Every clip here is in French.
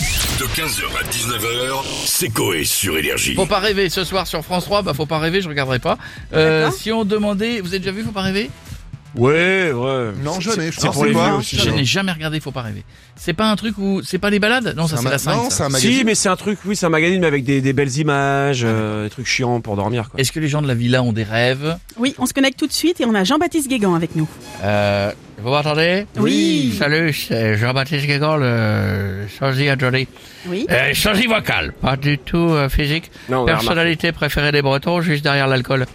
De 15h à 19h, c'est Coé sur Énergie. Faut pas rêver ce soir sur France 3, bah faut pas rêver, je regarderai pas. Euh, D'accord. si on demandait, vous avez déjà vu Faut pas rêver Ouais, ouais. Non, jamais, je C'est crois. pour C'est les quoi vieux aussi. Je non. n'ai jamais regardé Faut pas rêver. C'est pas un truc où c'est pas les balades Non, ça un c'est ma- la 5. non, c'est un Si, magazine. mais c'est un truc, oui, c'est un magazine, mais avec des, des belles images, euh, des trucs chiants pour dormir, quoi. Est-ce que les gens de la villa ont des rêves Oui, on se connecte tout de suite et on a Jean-Baptiste Guégan avec nous. euh, Vous m'entendez Oui. Salut, c'est Jean-Baptiste Guégan, le sosie adjoli. Oui. Euh, sosie vocal, pas du tout euh, physique. Non, on a Personnalité préférée des Bretons, juste derrière l'alcool.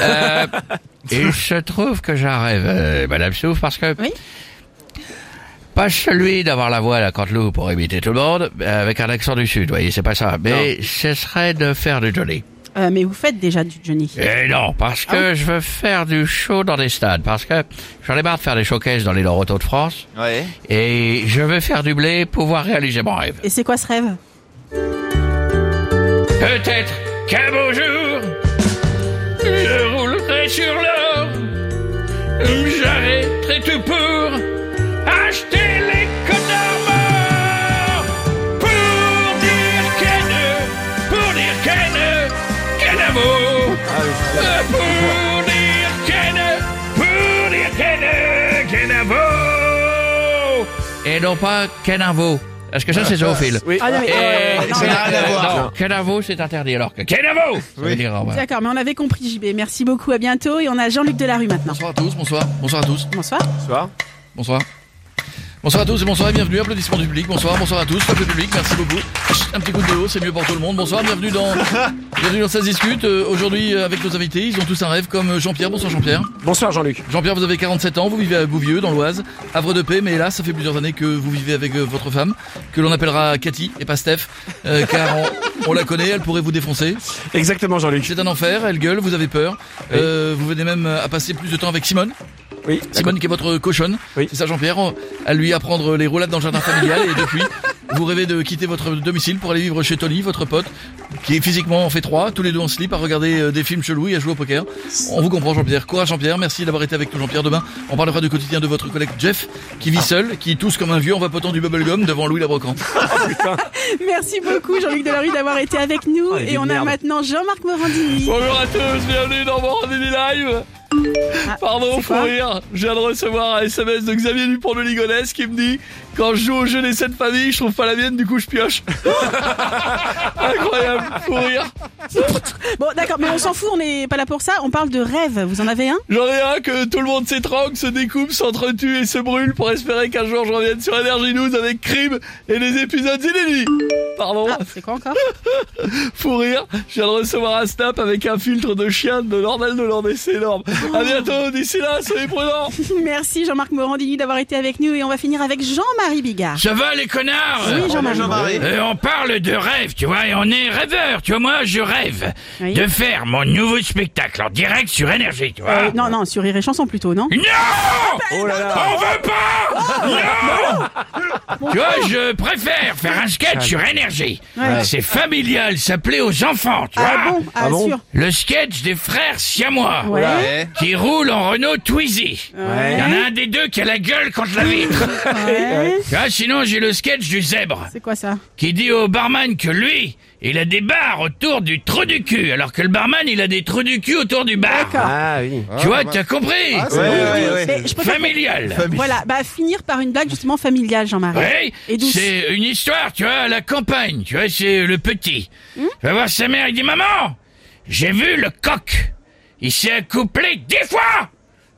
euh, il se trouve que j'ai un rêve, euh, Madame Souf, parce que... Oui. Pas celui d'avoir la voix à la canteloupe pour imiter tout le monde, euh, avec un accent du sud, vous voyez, c'est pas ça. Mais ce serait de faire du jolly. Euh, mais vous faites déjà du Johnny. Et non, parce que je veux faire du show dans des stades, parce que j'en ai marre de faire des showcases dans les Lorotos de France, Ouais. et je veux faire du blé pour pouvoir réaliser mon rêve. Et c'est quoi ce rêve Peut-être qu'un beau jour, je roulerai sur l'or, j'arrêterai tout pour acheter les connards morts. Pour dire qu'elle, pour dire qu'elle, qu'elle a beau. Pour dire qu'elle, pour dire qu'elle, qu'elle a beau. Et non pas qu'elle a beau. Parce que ça, c'est zoophile. Oui. Ah non, mais- Eh, non, ça mais- n'a rien à voir. non, Kenavo, c'est interdit. Alors que Kenavo, ça veut dire euh, au revoir. D'accord, mais on avait compris JB. Merci beaucoup, à bientôt. Et on a Jean-Luc Delarue maintenant. Bonsoir à tous, bonsoir, bonsoir à tous, Bonsoir. Soir. bonsoir. Bonsoir à tous et bonsoir et bienvenue. Applaudissements du public. Bonsoir, bonsoir à tous. Peuple public, merci beaucoup. Chut, Un petit coup de vélo, c'est mieux pour tout le monde. Bonsoir, bienvenue dans, bienvenue dans Ça se discute. Euh, Aujourd'hui, euh, avec nos invités, ils ont tous un rêve comme euh, Jean-Pierre. Bonsoir Jean-Pierre. Bonsoir, Jean-Luc. Jean-Pierre, vous avez 47 ans, vous vivez à Gouvieux, dans l'Oise, havre de paix, mais là, ça fait plusieurs années que vous vivez avec euh, votre femme, que l'on appellera Cathy et pas Steph, euh, car on- on la connaît, elle pourrait vous défoncer. Exactement, Jean-Luc. C'est un enfer, elle gueule, vous avez peur. Oui. Euh, vous venez même à passer plus de temps avec Simone. Oui. Simone qui est votre cochonne. Oui. C'est ça Jean-Pierre. On- À lui apprendre les roulades dans le jardin familial et depuis, vous rêvez de quitter votre domicile pour aller vivre chez Tony, votre pote, qui est physiquement en fait trois, tous les deux en slip, à regarder euh, des films chelous et à jouer au poker. On vous comprend Jean-Pierre. Courage Jean-Pierre, merci d'avoir été avec nous Jean-Pierre. Demain, on parlera du quotidien de votre collègue Jeff, qui vit seul, qui tousse comme un vieux en vapotant du bubblegum devant Louis Labrocante. Merci beaucoup, Jean-Luc Delarue, d'avoir été avec nous. Oh, il est et on a merde. maintenant Jean-Marc Morandini. Bonjour à tous, bienvenue dans mon rendez live. Ah, Pardon c'est pour quoi rire, je viens de recevoir un SMS de Xavier Dupont de Ligonnès qui me dit Quand je joue au jeu des 7 familles, je trouve pas la mienne, du coup je pioche. Incroyable, pour rire. Bon, d'accord, mais on s'en fout, on n'est pas là pour ça. On parle de rêve. Vous en avez un J'en ai un que tout le monde s'étrangle, se découpe, s'entretue et se brûle pour espérer qu'un jour je revienne sur Energy News avec crime et les épisodes inédits. Pardon. Ah, c'est quoi encore Fou rire, je viens de recevoir un snap avec un filtre de chien de Nordal de Landais, c'est énorme. À bientôt, d'ici là, soyez prudents. Merci, Jean-Marc Morandini, d'avoir été avec nous. Et on va finir avec Jean-Marie Bigard. Ça va les connards Oui, Jean-Marie. Euh, on parle de rêve, tu vois, et on est rêveur, tu vois, moi je rêve Oui. de faire mon nouveau spectacle en direct sur énergie, tu vois. Euh, non, non, sur Rire et Chanson plutôt, non Non Oh là là. On veut pas Oh. Non Tu vois, je préfère faire un sketch sur énergie. Ouais. C'est familial, ça plaît aux enfants, tu vois. Ah bon Ah, bon sûr. Le sketch des frères siamois Ouais. qui roulent en Renault Twizy. Il y en a un des deux qui a la gueule contre la vitre. Ouais. tu vois, Ah, sinon j'ai le sketch du zèbre. C'est quoi ça qui dit au barman que lui, il a des barres autour du trou du cul, alors que le barman, il a des trous du cul autour du bar. Ah oui. Tu vois, t'as compris Ah, c'est bon. Mais je préfère- Familial. Voilà, bah finir par une blague justement familiale, Jean-Marie. Oui, Et douce. c'est une histoire, tu vois, à la campagne, tu vois, c'est le petit. Il va voir sa mère, il dit, maman, j'ai vu le coq. Il s'est accouplé dix fois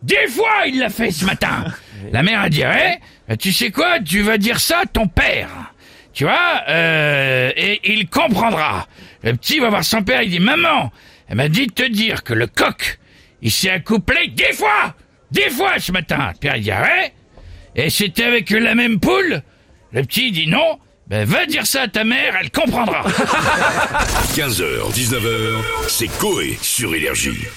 Dix fois, il l'a fait ce matin La mère a dit, ouais, bah, tu sais quoi, tu vas dire ça à ton père. Tu vois, euh, et il comprendra. Le petit va voir son père, il dit, maman, elle m'a dit de te dire que le coq, il s'est accouplé dix fois Dix fois ce matin Le père, il dit, Ah ouais et c'était avec la même poule Le petit dit non. Ben va dire ça à ta mère, elle comprendra. 15h, 19h, c'est Coé sur Énergie.